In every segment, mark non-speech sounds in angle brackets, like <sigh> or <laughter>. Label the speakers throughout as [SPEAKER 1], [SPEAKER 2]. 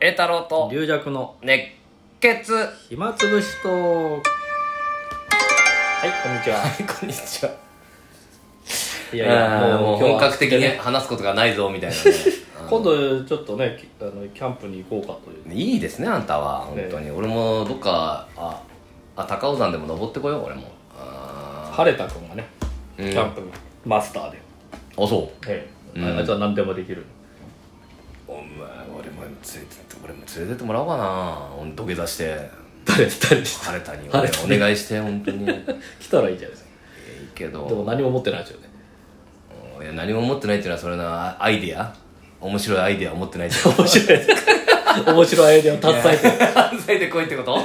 [SPEAKER 1] 栄太郎と
[SPEAKER 2] 龍弱の
[SPEAKER 1] 熱血
[SPEAKER 2] 暇つぶしとはいこんにちは <laughs>
[SPEAKER 1] こんにちはい
[SPEAKER 2] やいや
[SPEAKER 1] もう
[SPEAKER 2] 今日
[SPEAKER 1] 本
[SPEAKER 2] は
[SPEAKER 1] 格的に
[SPEAKER 2] ね
[SPEAKER 1] 話すことがないぞみたいなね
[SPEAKER 2] 今度ちょっとねきあのキャンプに行こうかとい
[SPEAKER 1] <laughs>
[SPEAKER 2] う
[SPEAKER 1] いいですねあんたは本当に、俺もどっかああ高尾山でも登ってこよう俺もあ
[SPEAKER 2] 晴れた君がねキ
[SPEAKER 1] うん
[SPEAKER 2] ャンプマスターで、
[SPEAKER 1] ーあそう
[SPEAKER 2] ええ
[SPEAKER 1] うん
[SPEAKER 2] あいつは何でもできる
[SPEAKER 1] お前俺も連れてって俺も連れてってもらおうかな俺土下座して
[SPEAKER 2] 誰
[SPEAKER 1] <laughs>
[SPEAKER 2] 誰
[SPEAKER 1] 晴れたに
[SPEAKER 2] 晴れたに
[SPEAKER 1] 俺お願いして本当に <laughs> いやいい
[SPEAKER 2] 来たらいいじゃないですか
[SPEAKER 1] けど
[SPEAKER 2] でも何も持ってないですよね
[SPEAKER 1] いや何も持ってないっていうのはそれなアイディア面白いアイディアを持ってないじゃん
[SPEAKER 2] 面白い面白いアイデアを
[SPEAKER 1] <laughs>
[SPEAKER 2] 携えて
[SPEAKER 1] 犯罪で来いってこと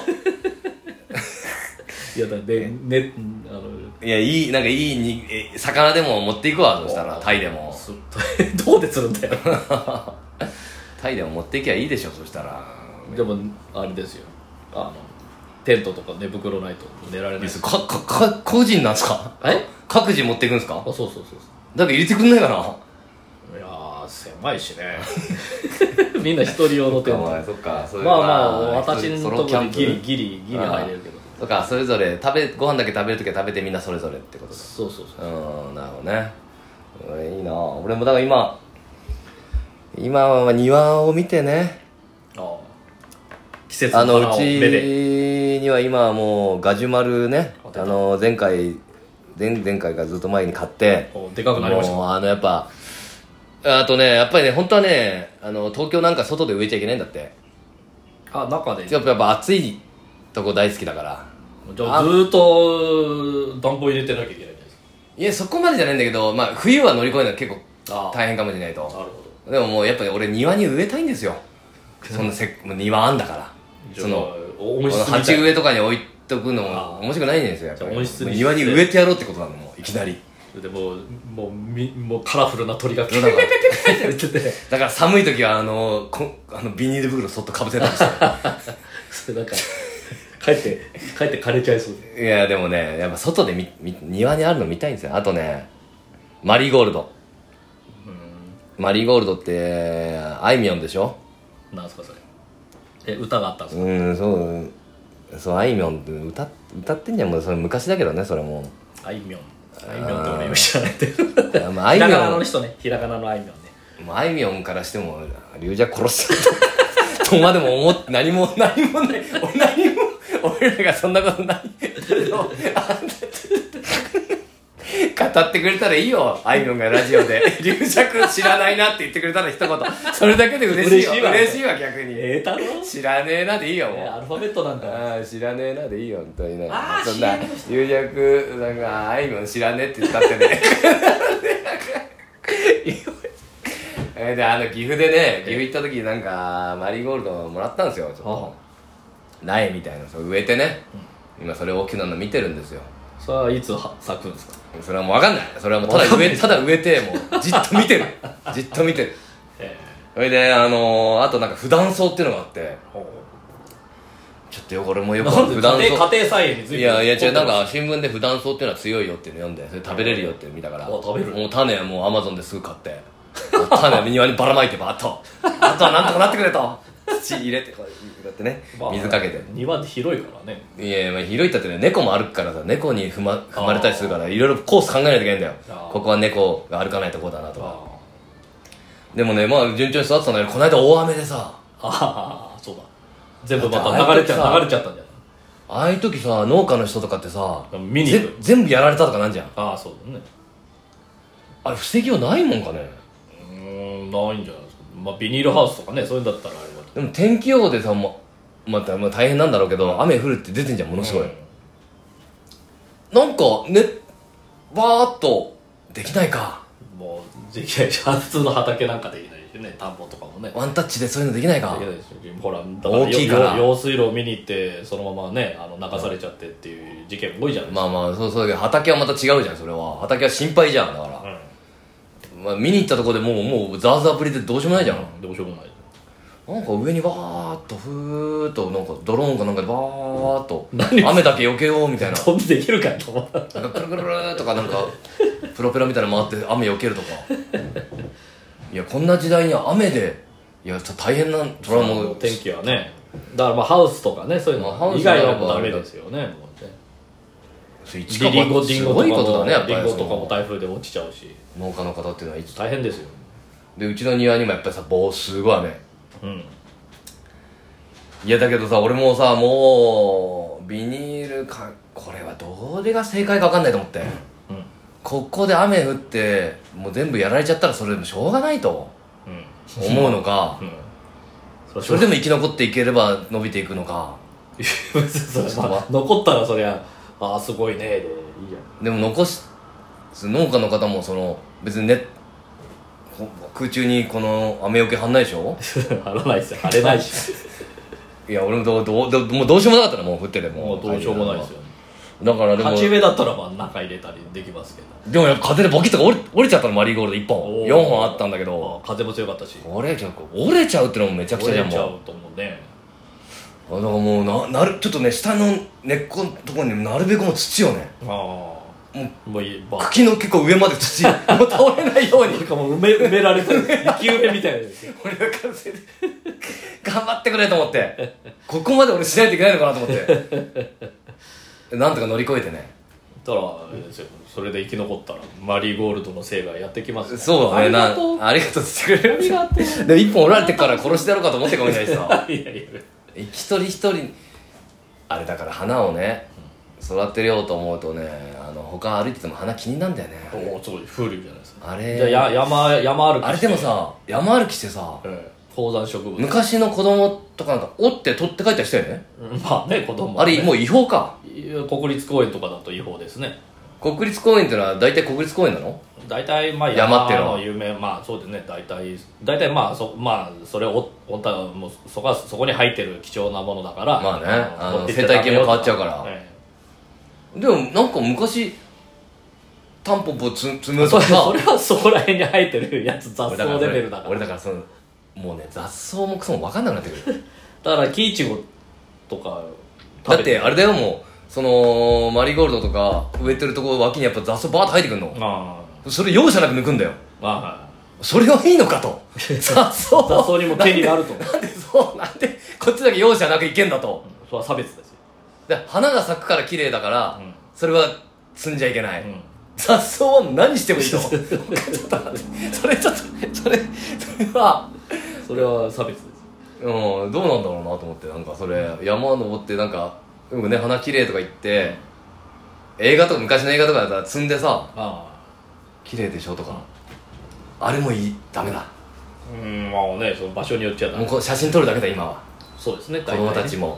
[SPEAKER 2] いやだでねあの
[SPEAKER 1] いやいいなんかいいにえ魚でも持っていくわそしたらタイでも <laughs>
[SPEAKER 2] す <laughs> どうで釣るんだよ
[SPEAKER 1] タイでも持っていきゃいいでしょそしたら
[SPEAKER 2] でもあれですよあのテントとか寝袋ないと寝られない
[SPEAKER 1] 別にかかか個人なんすか
[SPEAKER 2] え
[SPEAKER 1] 各自持っていくんす
[SPEAKER 2] あ
[SPEAKER 1] か
[SPEAKER 2] そうそうそうそ
[SPEAKER 1] だけ入れてくんないかな
[SPEAKER 2] ういやー狭いしね <laughs> みんな一人用のテン <laughs> ト
[SPEAKER 1] そっかそれ
[SPEAKER 2] まあまあ私の
[SPEAKER 1] ソ
[SPEAKER 2] と
[SPEAKER 1] ロキ
[SPEAKER 2] こ
[SPEAKER 1] ャ
[SPEAKER 2] に
[SPEAKER 1] ンプ
[SPEAKER 2] ギリギリギリ入れるけど
[SPEAKER 1] とかそれぞれ食べご飯だけ食べるときは食べてみんなそれぞれってことだ
[SPEAKER 2] そうそうそう
[SPEAKER 1] うーんなるほどね俺いいな俺もだから今今は庭を見てね
[SPEAKER 2] あー季節
[SPEAKER 1] あ
[SPEAKER 2] の
[SPEAKER 1] の
[SPEAKER 2] 花
[SPEAKER 1] う
[SPEAKER 2] を
[SPEAKER 1] ち
[SPEAKER 2] 目で
[SPEAKER 1] には今はもうガジュマルね
[SPEAKER 2] 出た
[SPEAKER 1] あの前回前前回からずっと前に買って
[SPEAKER 2] おでかくなりました
[SPEAKER 1] もうあのやっぱあとねやっぱりね本当はねあの東京なんか外で植えちゃいけないんだって
[SPEAKER 2] あ中でじ
[SPEAKER 1] や
[SPEAKER 2] ゃ
[SPEAKER 1] っぱやっぱ暑いとこ大好きだから
[SPEAKER 2] あずーっと暖房入れてなきゃいけないじゃないです
[SPEAKER 1] いやそこまでじゃないんだけど、まあ、冬は乗り越えるのは結
[SPEAKER 2] あ
[SPEAKER 1] 構
[SPEAKER 2] あ
[SPEAKER 1] 大変かもしれないと
[SPEAKER 2] かなるほど
[SPEAKER 1] でももうやっぱり俺庭に植えたいんですよそのせもう庭あんだから
[SPEAKER 2] じゃ
[SPEAKER 1] そ
[SPEAKER 2] あ
[SPEAKER 1] の
[SPEAKER 2] 温
[SPEAKER 1] この
[SPEAKER 2] 室みた
[SPEAKER 1] 鉢
[SPEAKER 2] い
[SPEAKER 1] 植えとかに置いとくの
[SPEAKER 2] ああ
[SPEAKER 1] も面白くないんですよやっぱり
[SPEAKER 2] じゃあ温室に
[SPEAKER 1] もう庭に植えてやろうってことなのもういきなり
[SPEAKER 2] でもうもうみもうカラフルな鳥が
[SPEAKER 1] だ
[SPEAKER 2] ピ <laughs> ュ
[SPEAKER 1] か
[SPEAKER 2] ピュ
[SPEAKER 1] ら
[SPEAKER 2] ピュピュピュって言ってて
[SPEAKER 1] だから寒い時はあのこあのビニール袋そっとかぶせたんですよ
[SPEAKER 2] <laughs> それなん <laughs> か帰って帰って枯れちゃいそうで <laughs>
[SPEAKER 1] いやでもねやっぱ外でみみ庭にあるの見たいんですよあとねマリーゴールドマリーゴールドってあいみょんでしょ
[SPEAKER 2] なんすかそれえ歌があったんですか
[SPEAKER 1] うんそうそうあいみょんって歌っ歌ってんじゃんもうそれ昔だけどねそれ
[SPEAKER 2] <laughs>
[SPEAKER 1] も
[SPEAKER 2] あいみょんあいみょんって俺今知らないで
[SPEAKER 1] あまああい
[SPEAKER 2] ひ
[SPEAKER 1] みょ
[SPEAKER 2] ら
[SPEAKER 1] ん
[SPEAKER 2] がなの人ねひらがなのあいみょんね
[SPEAKER 1] もうあいみょんからしても龍蛇殺したととまでも思って何も何もない俺何も俺らがそんなことないけどあんた語ってくれたらいいよあいみょんがラジオで「龍蛇知らないな」って言ってくれたら一
[SPEAKER 2] <laughs>
[SPEAKER 1] 言それだけで嬉しいよ
[SPEAKER 2] 嬉し
[SPEAKER 1] 嬉し
[SPEAKER 2] い
[SPEAKER 1] い
[SPEAKER 2] わ
[SPEAKER 1] わ逆に、
[SPEAKER 2] えー、たろ
[SPEAKER 1] 知らねえなでいいよもう、
[SPEAKER 2] アルファベットなんだ
[SPEAKER 1] ああ知らねえなでいいよ本当にね
[SPEAKER 2] あー
[SPEAKER 1] そんな
[SPEAKER 2] CM
[SPEAKER 1] 龍弱なんかあいみょん知らねえって言ったってね <laughs> えーであの岐阜でね岐阜行った時なんかマリーゴールドもらったんですよちょっと苗みたいなそれ植えてね、今それ大きなの見てるんですよ
[SPEAKER 2] それはいつは咲くんですか
[SPEAKER 1] それはもう分かんないそれはもうただ植えただ植えてもうじっと見 <laughs> てるじっと見てる
[SPEAKER 2] え
[SPEAKER 1] それであのーあとなんか普段草っていうのがあって
[SPEAKER 2] えほ
[SPEAKER 1] ちょっとよく俺もよ
[SPEAKER 2] う
[SPEAKER 1] く
[SPEAKER 2] なん
[SPEAKER 1] 普
[SPEAKER 2] で家
[SPEAKER 1] 段
[SPEAKER 2] 庭
[SPEAKER 1] 草
[SPEAKER 2] 家庭菜園に随
[SPEAKER 1] い
[SPEAKER 2] 分
[SPEAKER 1] やいや違うなんか新聞で「普段草っていうのは強いよ」っていうの読んでそれ食べれるよって見たから
[SPEAKER 2] あ食べる
[SPEAKER 1] もう種はもうアマゾンですぐ買って種庭にばらまいてバーッとあとはなんとかなってくれ
[SPEAKER 2] <laughs>
[SPEAKER 1] と土入れてこうやってね
[SPEAKER 2] まあ
[SPEAKER 1] 水かけて
[SPEAKER 2] 庭って広いからね
[SPEAKER 1] いやいやまあ広いったってね猫も歩くからさ猫に踏ま踏まれたりするからいろいろコース考えないといけないんだよ
[SPEAKER 2] あー
[SPEAKER 1] ここは猫が歩かないとこだなとか
[SPEAKER 2] あ
[SPEAKER 1] でもねまあ順調に育ってたんだけどこの間大雨でさ
[SPEAKER 2] あそうだ全部ま
[SPEAKER 1] だってあ
[SPEAKER 2] た
[SPEAKER 1] れっ
[SPEAKER 2] 流れ
[SPEAKER 1] て
[SPEAKER 2] ち
[SPEAKER 1] さ
[SPEAKER 2] ゃう流れちゃったんじゃない
[SPEAKER 1] ああいう時さ農家の人とかってさ
[SPEAKER 2] 見に行く
[SPEAKER 1] ぜ全部やられたとかなんじゃん
[SPEAKER 2] ああそうだね
[SPEAKER 1] あれ防ぎようないもんかね
[SPEAKER 2] うーんないんじゃないですか、まあ、ビニールハウスとかねそういうんだったらあれは
[SPEAKER 1] でも天気予報でさままた、まあ、大変なんだろうけど雨降るって出てんじゃんものすごい、
[SPEAKER 2] うん
[SPEAKER 1] なんかねバーっとできないか
[SPEAKER 2] もうできないし <laughs> 普通の畑なんかできないしね田んぼとかもねで
[SPEAKER 1] ワンタッチでそういうのできないか
[SPEAKER 2] きないしほらだから
[SPEAKER 1] 大きいから
[SPEAKER 2] 用用水路を見に行ってそのままねあの流されちゃってっていう事件多いじゃないです
[SPEAKER 1] まあまあそうそうだけど畑はまた違うじゃんそれは畑は心配じゃんだか
[SPEAKER 2] か、
[SPEAKER 1] ら、まあ、見に行ったとこでもうもうザーザーぶりでどうしようもないじゃん、
[SPEAKER 2] うんどうしようもない
[SPEAKER 1] なんか上にバーっとふーっとなんかドローンかなんかでバーっと
[SPEAKER 2] 何
[SPEAKER 1] 雨だけ避けようみたいな
[SPEAKER 2] 飛ん <laughs> でできるかと思った
[SPEAKER 1] なんかくるくるくるとかなんかプロペラみたいなの回って雨避けるとかいやこんな時代に雨でいやちょっと大変なそれはもう
[SPEAKER 2] 天気はねだからまあハウスとかねそういう
[SPEAKER 1] まあハウ
[SPEAKER 2] の
[SPEAKER 1] ス
[SPEAKER 2] 以外は
[SPEAKER 1] ならば
[SPEAKER 2] ダメですよねもうね
[SPEAKER 1] そう一か
[SPEAKER 2] リリンゴディ
[SPEAKER 1] す
[SPEAKER 2] ンゴと
[SPEAKER 1] ご
[SPEAKER 2] か
[SPEAKER 1] いこと
[SPEAKER 2] も
[SPEAKER 1] だねやっぱり
[SPEAKER 2] リンゴと
[SPEAKER 1] そ
[SPEAKER 2] かも
[SPEAKER 1] の
[SPEAKER 2] 台風で落ちちゃうし
[SPEAKER 1] 農家の方っていうのはいつ
[SPEAKER 2] 大変ですよ
[SPEAKER 1] でうちの庭にもやっぱりさ棒すごい雨
[SPEAKER 2] うん
[SPEAKER 1] いやだけどさ俺もさもうビニールかこれはどれが正解か分かんないと思って、
[SPEAKER 2] うん
[SPEAKER 1] ここで雨降ってもう全部やられちゃったらそれでもしょうがないと
[SPEAKER 2] うん
[SPEAKER 1] 思うのか
[SPEAKER 2] うん
[SPEAKER 1] それでも生き残っていければ伸びていくのか
[SPEAKER 2] それ <laughs> まあ残ったらそりゃああすごいねでいいやん
[SPEAKER 1] でも残しその農家の方もその別にねこ空中にこの雨よけ貼んないでしょ
[SPEAKER 2] <laughs> 貼らないですよ貼れないし
[SPEAKER 1] いや俺もどうどうどうもうどうしようもなかったのもう降ってても
[SPEAKER 2] <laughs> もうどうしようもないですよ
[SPEAKER 1] だからでも
[SPEAKER 2] 鉢植えだったらまあ中入れたりできますけど
[SPEAKER 1] でもやっぱ風でボキッとか折れ折れちゃったのマリーゴールド1本
[SPEAKER 2] おー
[SPEAKER 1] 4本あったんだけど
[SPEAKER 2] まあ風も強かったし
[SPEAKER 1] 折れちゃう折れちゃうってのもめちゃくち
[SPEAKER 2] 折
[SPEAKER 1] ゃじゃ
[SPEAKER 2] れ
[SPEAKER 1] ん
[SPEAKER 2] ちゃ
[SPEAKER 1] も
[SPEAKER 2] うと思うね
[SPEAKER 1] うあだからもうななるちょっとね下の根っこのところになるべくもう土をね
[SPEAKER 2] ああ
[SPEAKER 1] も
[SPEAKER 2] もういいば
[SPEAKER 1] 茎の結構上まで土 <laughs> もう倒れないように
[SPEAKER 2] なんかもう埋め埋められてる生き埋めみたいなですよ
[SPEAKER 1] 俺は完成で <laughs> 頑張ってくれと思ってここまで俺しないといけないのかなと思ってなんとか乗り越えてね
[SPEAKER 2] たらあれですよそれで生き残ったらマリーゴールドの生がやってきますね
[SPEAKER 1] そうだね
[SPEAKER 2] あり
[SPEAKER 1] な
[SPEAKER 2] がとうあ
[SPEAKER 1] ありがとうって言ってくれ
[SPEAKER 2] り
[SPEAKER 1] る
[SPEAKER 2] がとう
[SPEAKER 1] でも一本折られてから殺してやろうかと思ってかもしれないしさ
[SPEAKER 2] <laughs> いやいや
[SPEAKER 1] 一人一人あれだから花をね育てようと思うとねあの他歩いてても花気になるんだよね
[SPEAKER 2] おおすごい風流じゃないですか
[SPEAKER 1] あ
[SPEAKER 2] じゃあ
[SPEAKER 1] れ
[SPEAKER 2] や山山歩き
[SPEAKER 1] あれでもさ山歩きしてさ
[SPEAKER 2] うん高山植物
[SPEAKER 1] 昔の子供とかなんか折って取って帰ったりしたよね
[SPEAKER 2] まあね子供
[SPEAKER 1] あれも
[SPEAKER 2] う
[SPEAKER 1] う違法か
[SPEAKER 2] 国立公園とかだと違法ですね
[SPEAKER 1] 国立公園ってのは大体国立公園なの
[SPEAKER 2] 大体まあ
[SPEAKER 1] 山ってのは
[SPEAKER 2] 山の有名まあそうですね大体大体まあそまあそれをおったもうそこはそこに入ってる貴重なものだから
[SPEAKER 1] まあねあの
[SPEAKER 2] 持って行って
[SPEAKER 1] 生態系も変わっちゃうから
[SPEAKER 2] え
[SPEAKER 1] でもなんか昔タンポポつ摘
[SPEAKER 2] え
[SPEAKER 1] む
[SPEAKER 2] そ
[SPEAKER 1] と
[SPEAKER 2] れ
[SPEAKER 1] か
[SPEAKER 2] それ
[SPEAKER 1] さ
[SPEAKER 2] はそこら辺に生えてるやつ雑
[SPEAKER 1] 俺
[SPEAKER 2] 草
[SPEAKER 1] だから
[SPEAKER 2] レベルだから
[SPEAKER 1] 俺だからそのもうね雑草もクソも分かんなくなってくる
[SPEAKER 2] だからキイチゴとか
[SPEAKER 1] だ
[SPEAKER 2] 食
[SPEAKER 1] っ
[SPEAKER 2] べ
[SPEAKER 1] てあれだよもうそのマリーゴールドとか植えてるところ脇にやっぱ雑草バーッと生えてくんの
[SPEAKER 2] あ
[SPEAKER 1] それ容赦なく抜くんだよ
[SPEAKER 2] あま
[SPEAKER 1] それはいいのかと
[SPEAKER 2] <laughs>
[SPEAKER 1] 雑草
[SPEAKER 2] あ雑草にも権利があると
[SPEAKER 1] なんでそうなんでこっちだけ容赦なくいけんだと
[SPEAKER 2] それは差別ですよ、
[SPEAKER 1] で花が咲くから綺麗だから、
[SPEAKER 2] うん
[SPEAKER 1] それは摘んじゃいけない、
[SPEAKER 2] うん
[SPEAKER 1] <laughs> 雑草は何してもいいとちょっと待って <laughs> それちょっとそれそれは
[SPEAKER 2] それは差別です
[SPEAKER 1] うん、どうなんだろうなと思ってなんかそれ山登ってなんか「うんね花綺麗とか言って映画とか昔の映画とかだったら積んでさ
[SPEAKER 2] あ
[SPEAKER 1] 「綺麗でしょ」とかあれもいいダメだ
[SPEAKER 2] あうんまあねその場所によっちゃだ
[SPEAKER 1] もうこう写真撮るだけだ今は
[SPEAKER 2] そうですね
[SPEAKER 1] 子供たち
[SPEAKER 2] も、
[SPEAKER 1] も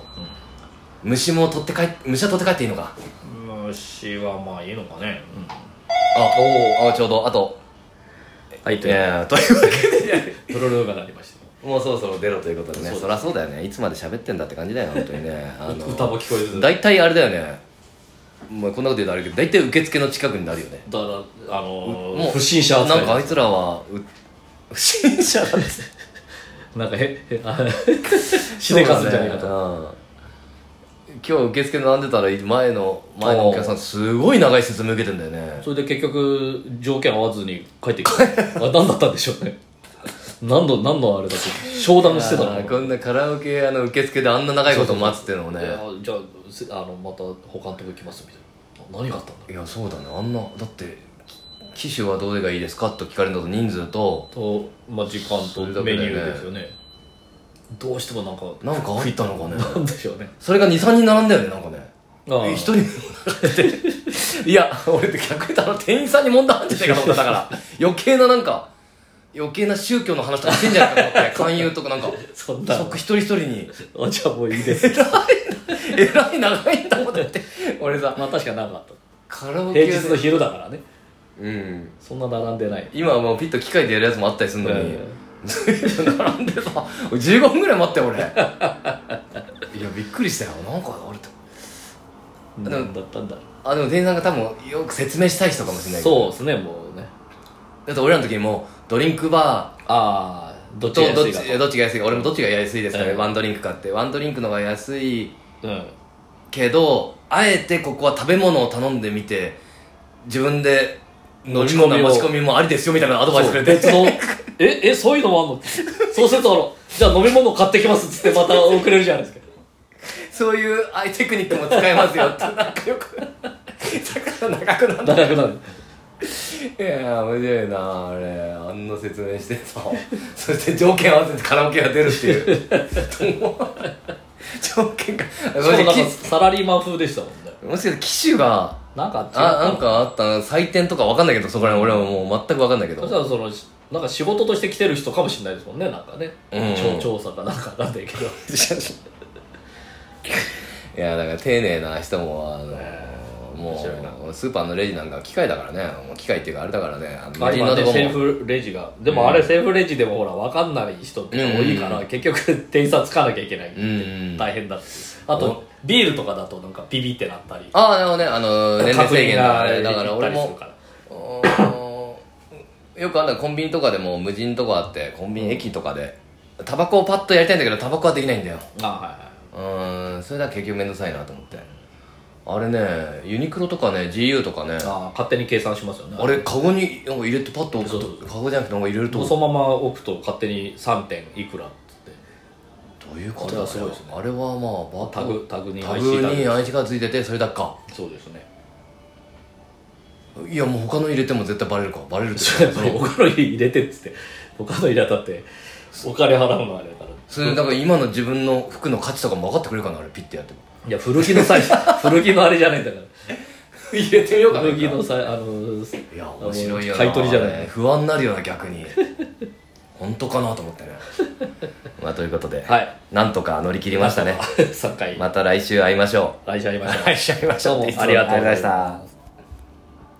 [SPEAKER 1] 虫も取って帰っ虫は取って帰っていいのか
[SPEAKER 2] うん、虫はまあいいのかね、うん
[SPEAKER 1] あおおちょうどあと
[SPEAKER 2] はい、
[SPEAKER 1] いやいやというわ <laughs> けで
[SPEAKER 2] プロローグがなりまし
[SPEAKER 1] もうそろそろ出ろということでね
[SPEAKER 2] そうです
[SPEAKER 1] そりゃそうだよねいつまで喋ってんだって感じだよ本当にねあ
[SPEAKER 2] た。
[SPEAKER 1] の
[SPEAKER 2] 歌も聞こえず。だ
[SPEAKER 1] 大体あれだよねまあこんなこと言うとあれだけど大体受付の近くになるよね
[SPEAKER 2] から、あの
[SPEAKER 1] も
[SPEAKER 2] ー、
[SPEAKER 1] う
[SPEAKER 2] 不審者
[SPEAKER 1] な
[SPEAKER 2] 扱
[SPEAKER 1] ん
[SPEAKER 2] い。
[SPEAKER 1] かあいつらはう <laughs> 不審者だって
[SPEAKER 2] なんか、へ、へ、 <laughs> あ、しでかすんじゃないかと。
[SPEAKER 1] と今日受付並んでたら前の前のお客さんすごい長い説明受けてんだよね
[SPEAKER 2] それで結局、条件合わずに帰ってきた。 <laughs> あ、何だったんでしょうね。何の、何のあれだって、商談してた
[SPEAKER 1] あ
[SPEAKER 2] の
[SPEAKER 1] ーこんなカラオケあの受付であんな長いこと待つっていうのもね
[SPEAKER 2] いやじゃあせ、あの、また他のとこ行きますみたいな。何があったんだ
[SPEAKER 1] いやそうだねあんなだってき機種はどれがいいですかと聞かれるのと人数と
[SPEAKER 2] と、まあ、時間
[SPEAKER 1] それ
[SPEAKER 2] と
[SPEAKER 1] だ
[SPEAKER 2] メ
[SPEAKER 1] け
[SPEAKER 2] ニ
[SPEAKER 1] だよね
[SPEAKER 2] ューですよね。どうしてもなんか、
[SPEAKER 1] なんかあったのかね
[SPEAKER 2] なんでしょうね。
[SPEAKER 1] それが23人並んだよねなんかね
[SPEAKER 2] ああ
[SPEAKER 1] 一人もなくて <laughs> いや俺って逆に言ったら店員さんに問題あるんじゃないかと思っただ
[SPEAKER 2] <laughs>
[SPEAKER 1] から余計ななんか余計な宗教の話とかしてんじゃないかと思って
[SPEAKER 2] <laughs>
[SPEAKER 1] 勧誘とかなんか
[SPEAKER 2] そんな。
[SPEAKER 1] 即一人一人に <laughs>
[SPEAKER 2] あ、じゃあもういいです。
[SPEAKER 1] えらい長いんだもんだって俺さ
[SPEAKER 2] まあ確かなかっ
[SPEAKER 1] カラ
[SPEAKER 2] た
[SPEAKER 1] オケ
[SPEAKER 2] 平
[SPEAKER 1] で
[SPEAKER 2] 日の昼だからね
[SPEAKER 1] うん
[SPEAKER 2] そんな並んでない
[SPEAKER 1] 今はもうピッと機械でやるやつもあったりするのに、
[SPEAKER 2] うん
[SPEAKER 1] <laughs> 並んでさ15分ぐらい待って
[SPEAKER 2] <laughs>
[SPEAKER 1] 俺いやびっくりしたよなんか俺と
[SPEAKER 2] 何だったんだろ
[SPEAKER 1] あでも店員さんが多分よく説明したい人かもしれ
[SPEAKER 2] う
[SPEAKER 1] ないけど
[SPEAKER 2] そうですねもうね
[SPEAKER 1] だって俺らの時にもドリンクバー
[SPEAKER 2] ああどっち
[SPEAKER 1] ど
[SPEAKER 2] が
[SPEAKER 1] ど
[SPEAKER 2] 安
[SPEAKER 1] っ
[SPEAKER 2] いか
[SPEAKER 1] ちどっちが安いか俺もどっちが安いですかね、
[SPEAKER 2] うん
[SPEAKER 1] ワンドリンク買ってワンドリンクの方が安い
[SPEAKER 2] うん
[SPEAKER 1] けどあえてここは食べ物を頼んでみて自分で飲み物
[SPEAKER 2] 持ち込みを
[SPEAKER 1] 持ち込みもありですよみたいなアドバイスくれて
[SPEAKER 2] そう別のええそういうのもあんのそうするとあのじゃあ飲み物買ってきますっつってまた送れるじゃないですか
[SPEAKER 1] <laughs> そういうアイテクニックも使え
[SPEAKER 2] <laughs>
[SPEAKER 1] ますよってなんかよくだから長くなった
[SPEAKER 2] 長くなる
[SPEAKER 1] いやー面白いなあれあんな説明してさそして条件合わせてカラオケが出るっていう
[SPEAKER 2] <laughs>
[SPEAKER 1] <laughs> 条件が
[SPEAKER 2] し
[SPEAKER 1] も
[SPEAKER 2] かもなん
[SPEAKER 1] し
[SPEAKER 2] かサラリーマン風でしたもんね
[SPEAKER 1] もしかして機種が
[SPEAKER 2] なんか違った
[SPEAKER 1] あなんかあったな採点とかわかんないけどそこら辺俺はもう全くわかんないけ
[SPEAKER 2] そし
[SPEAKER 1] ど
[SPEAKER 2] たらそのなんか仕事として来てる人かもしれないですもんねなんかね、
[SPEAKER 1] うん
[SPEAKER 2] 調調査かなんかなんだけど
[SPEAKER 1] <laughs> いやだから丁寧な人もあの
[SPEAKER 2] 面白いな
[SPEAKER 1] もうスーパーのレジなんか機械だからねもう機械っていうかあれだからねあの
[SPEAKER 2] あ
[SPEAKER 1] 無人の
[SPEAKER 2] 今
[SPEAKER 1] と
[SPEAKER 2] ね
[SPEAKER 1] こ
[SPEAKER 2] セー
[SPEAKER 1] も
[SPEAKER 2] フレジがでもあれセーフレジでもほら分かんない人って多いから、結局店員さんつかなきゃいけない、
[SPEAKER 1] うん
[SPEAKER 2] 大変だってあ
[SPEAKER 1] お
[SPEAKER 2] とビールとかだとなんかビビってなったり
[SPEAKER 1] ああでもねあの年齢制限だからねだから
[SPEAKER 2] 行った
[SPEAKER 1] 俺
[SPEAKER 2] りする
[SPEAKER 1] も
[SPEAKER 2] から
[SPEAKER 1] うんよくあんだコンビニとかでも無人とかあってコンビニ駅とかでタバコをパッとやりたいんだけどタバコはできないんだよ
[SPEAKER 2] あはいはいう
[SPEAKER 1] ーんそれだけ結局面倒くさいなと思ってあれねユニクロとかね GU とかねあ
[SPEAKER 2] ああ勝手に計算しますよね
[SPEAKER 1] れカゴになんか入れてパッと置
[SPEAKER 2] そう
[SPEAKER 1] く
[SPEAKER 2] そう
[SPEAKER 1] とカゴじゃなくてなんか入れると
[SPEAKER 2] そのまま置くと勝手に3点いくらっつって
[SPEAKER 1] どういうこと
[SPEAKER 2] これはすごいですね
[SPEAKER 1] あれはまあバ
[SPEAKER 2] タグタグに
[SPEAKER 1] タ
[SPEAKER 2] IC タ
[SPEAKER 1] グに
[SPEAKER 2] グ
[SPEAKER 1] IC がついててそれだけか
[SPEAKER 2] そうですね
[SPEAKER 1] いやもう他の入れても絶対バレるかバレるって
[SPEAKER 2] <laughs> そ
[SPEAKER 1] いうう
[SPEAKER 2] そ
[SPEAKER 1] か
[SPEAKER 2] うお金入れてっつってお金入れたってお金払うのあれだから
[SPEAKER 1] それだから今の自分の服の価値とかも分かってくれるかなあれピッてやっても
[SPEAKER 2] いや古着
[SPEAKER 1] <laughs>
[SPEAKER 2] のサイズ古着のあれじゃないんだから
[SPEAKER 1] 入れてみよ
[SPEAKER 2] 古着のサイズあの
[SPEAKER 1] いや面白いよな
[SPEAKER 2] 買い取りじゃない
[SPEAKER 1] あれ不安になるよな逆
[SPEAKER 2] <laughs>
[SPEAKER 1] に本当かなと思ってねまあということで、
[SPEAKER 2] はい
[SPEAKER 1] なんとか乗り切
[SPEAKER 2] <laughs>
[SPEAKER 1] りましたね
[SPEAKER 2] 3回
[SPEAKER 1] また来週会いましょ
[SPEAKER 2] 来週会いまし
[SPEAKER 1] う
[SPEAKER 2] ょう
[SPEAKER 1] 来週会いましょう
[SPEAKER 2] どうも
[SPEAKER 1] いつもありがとうございました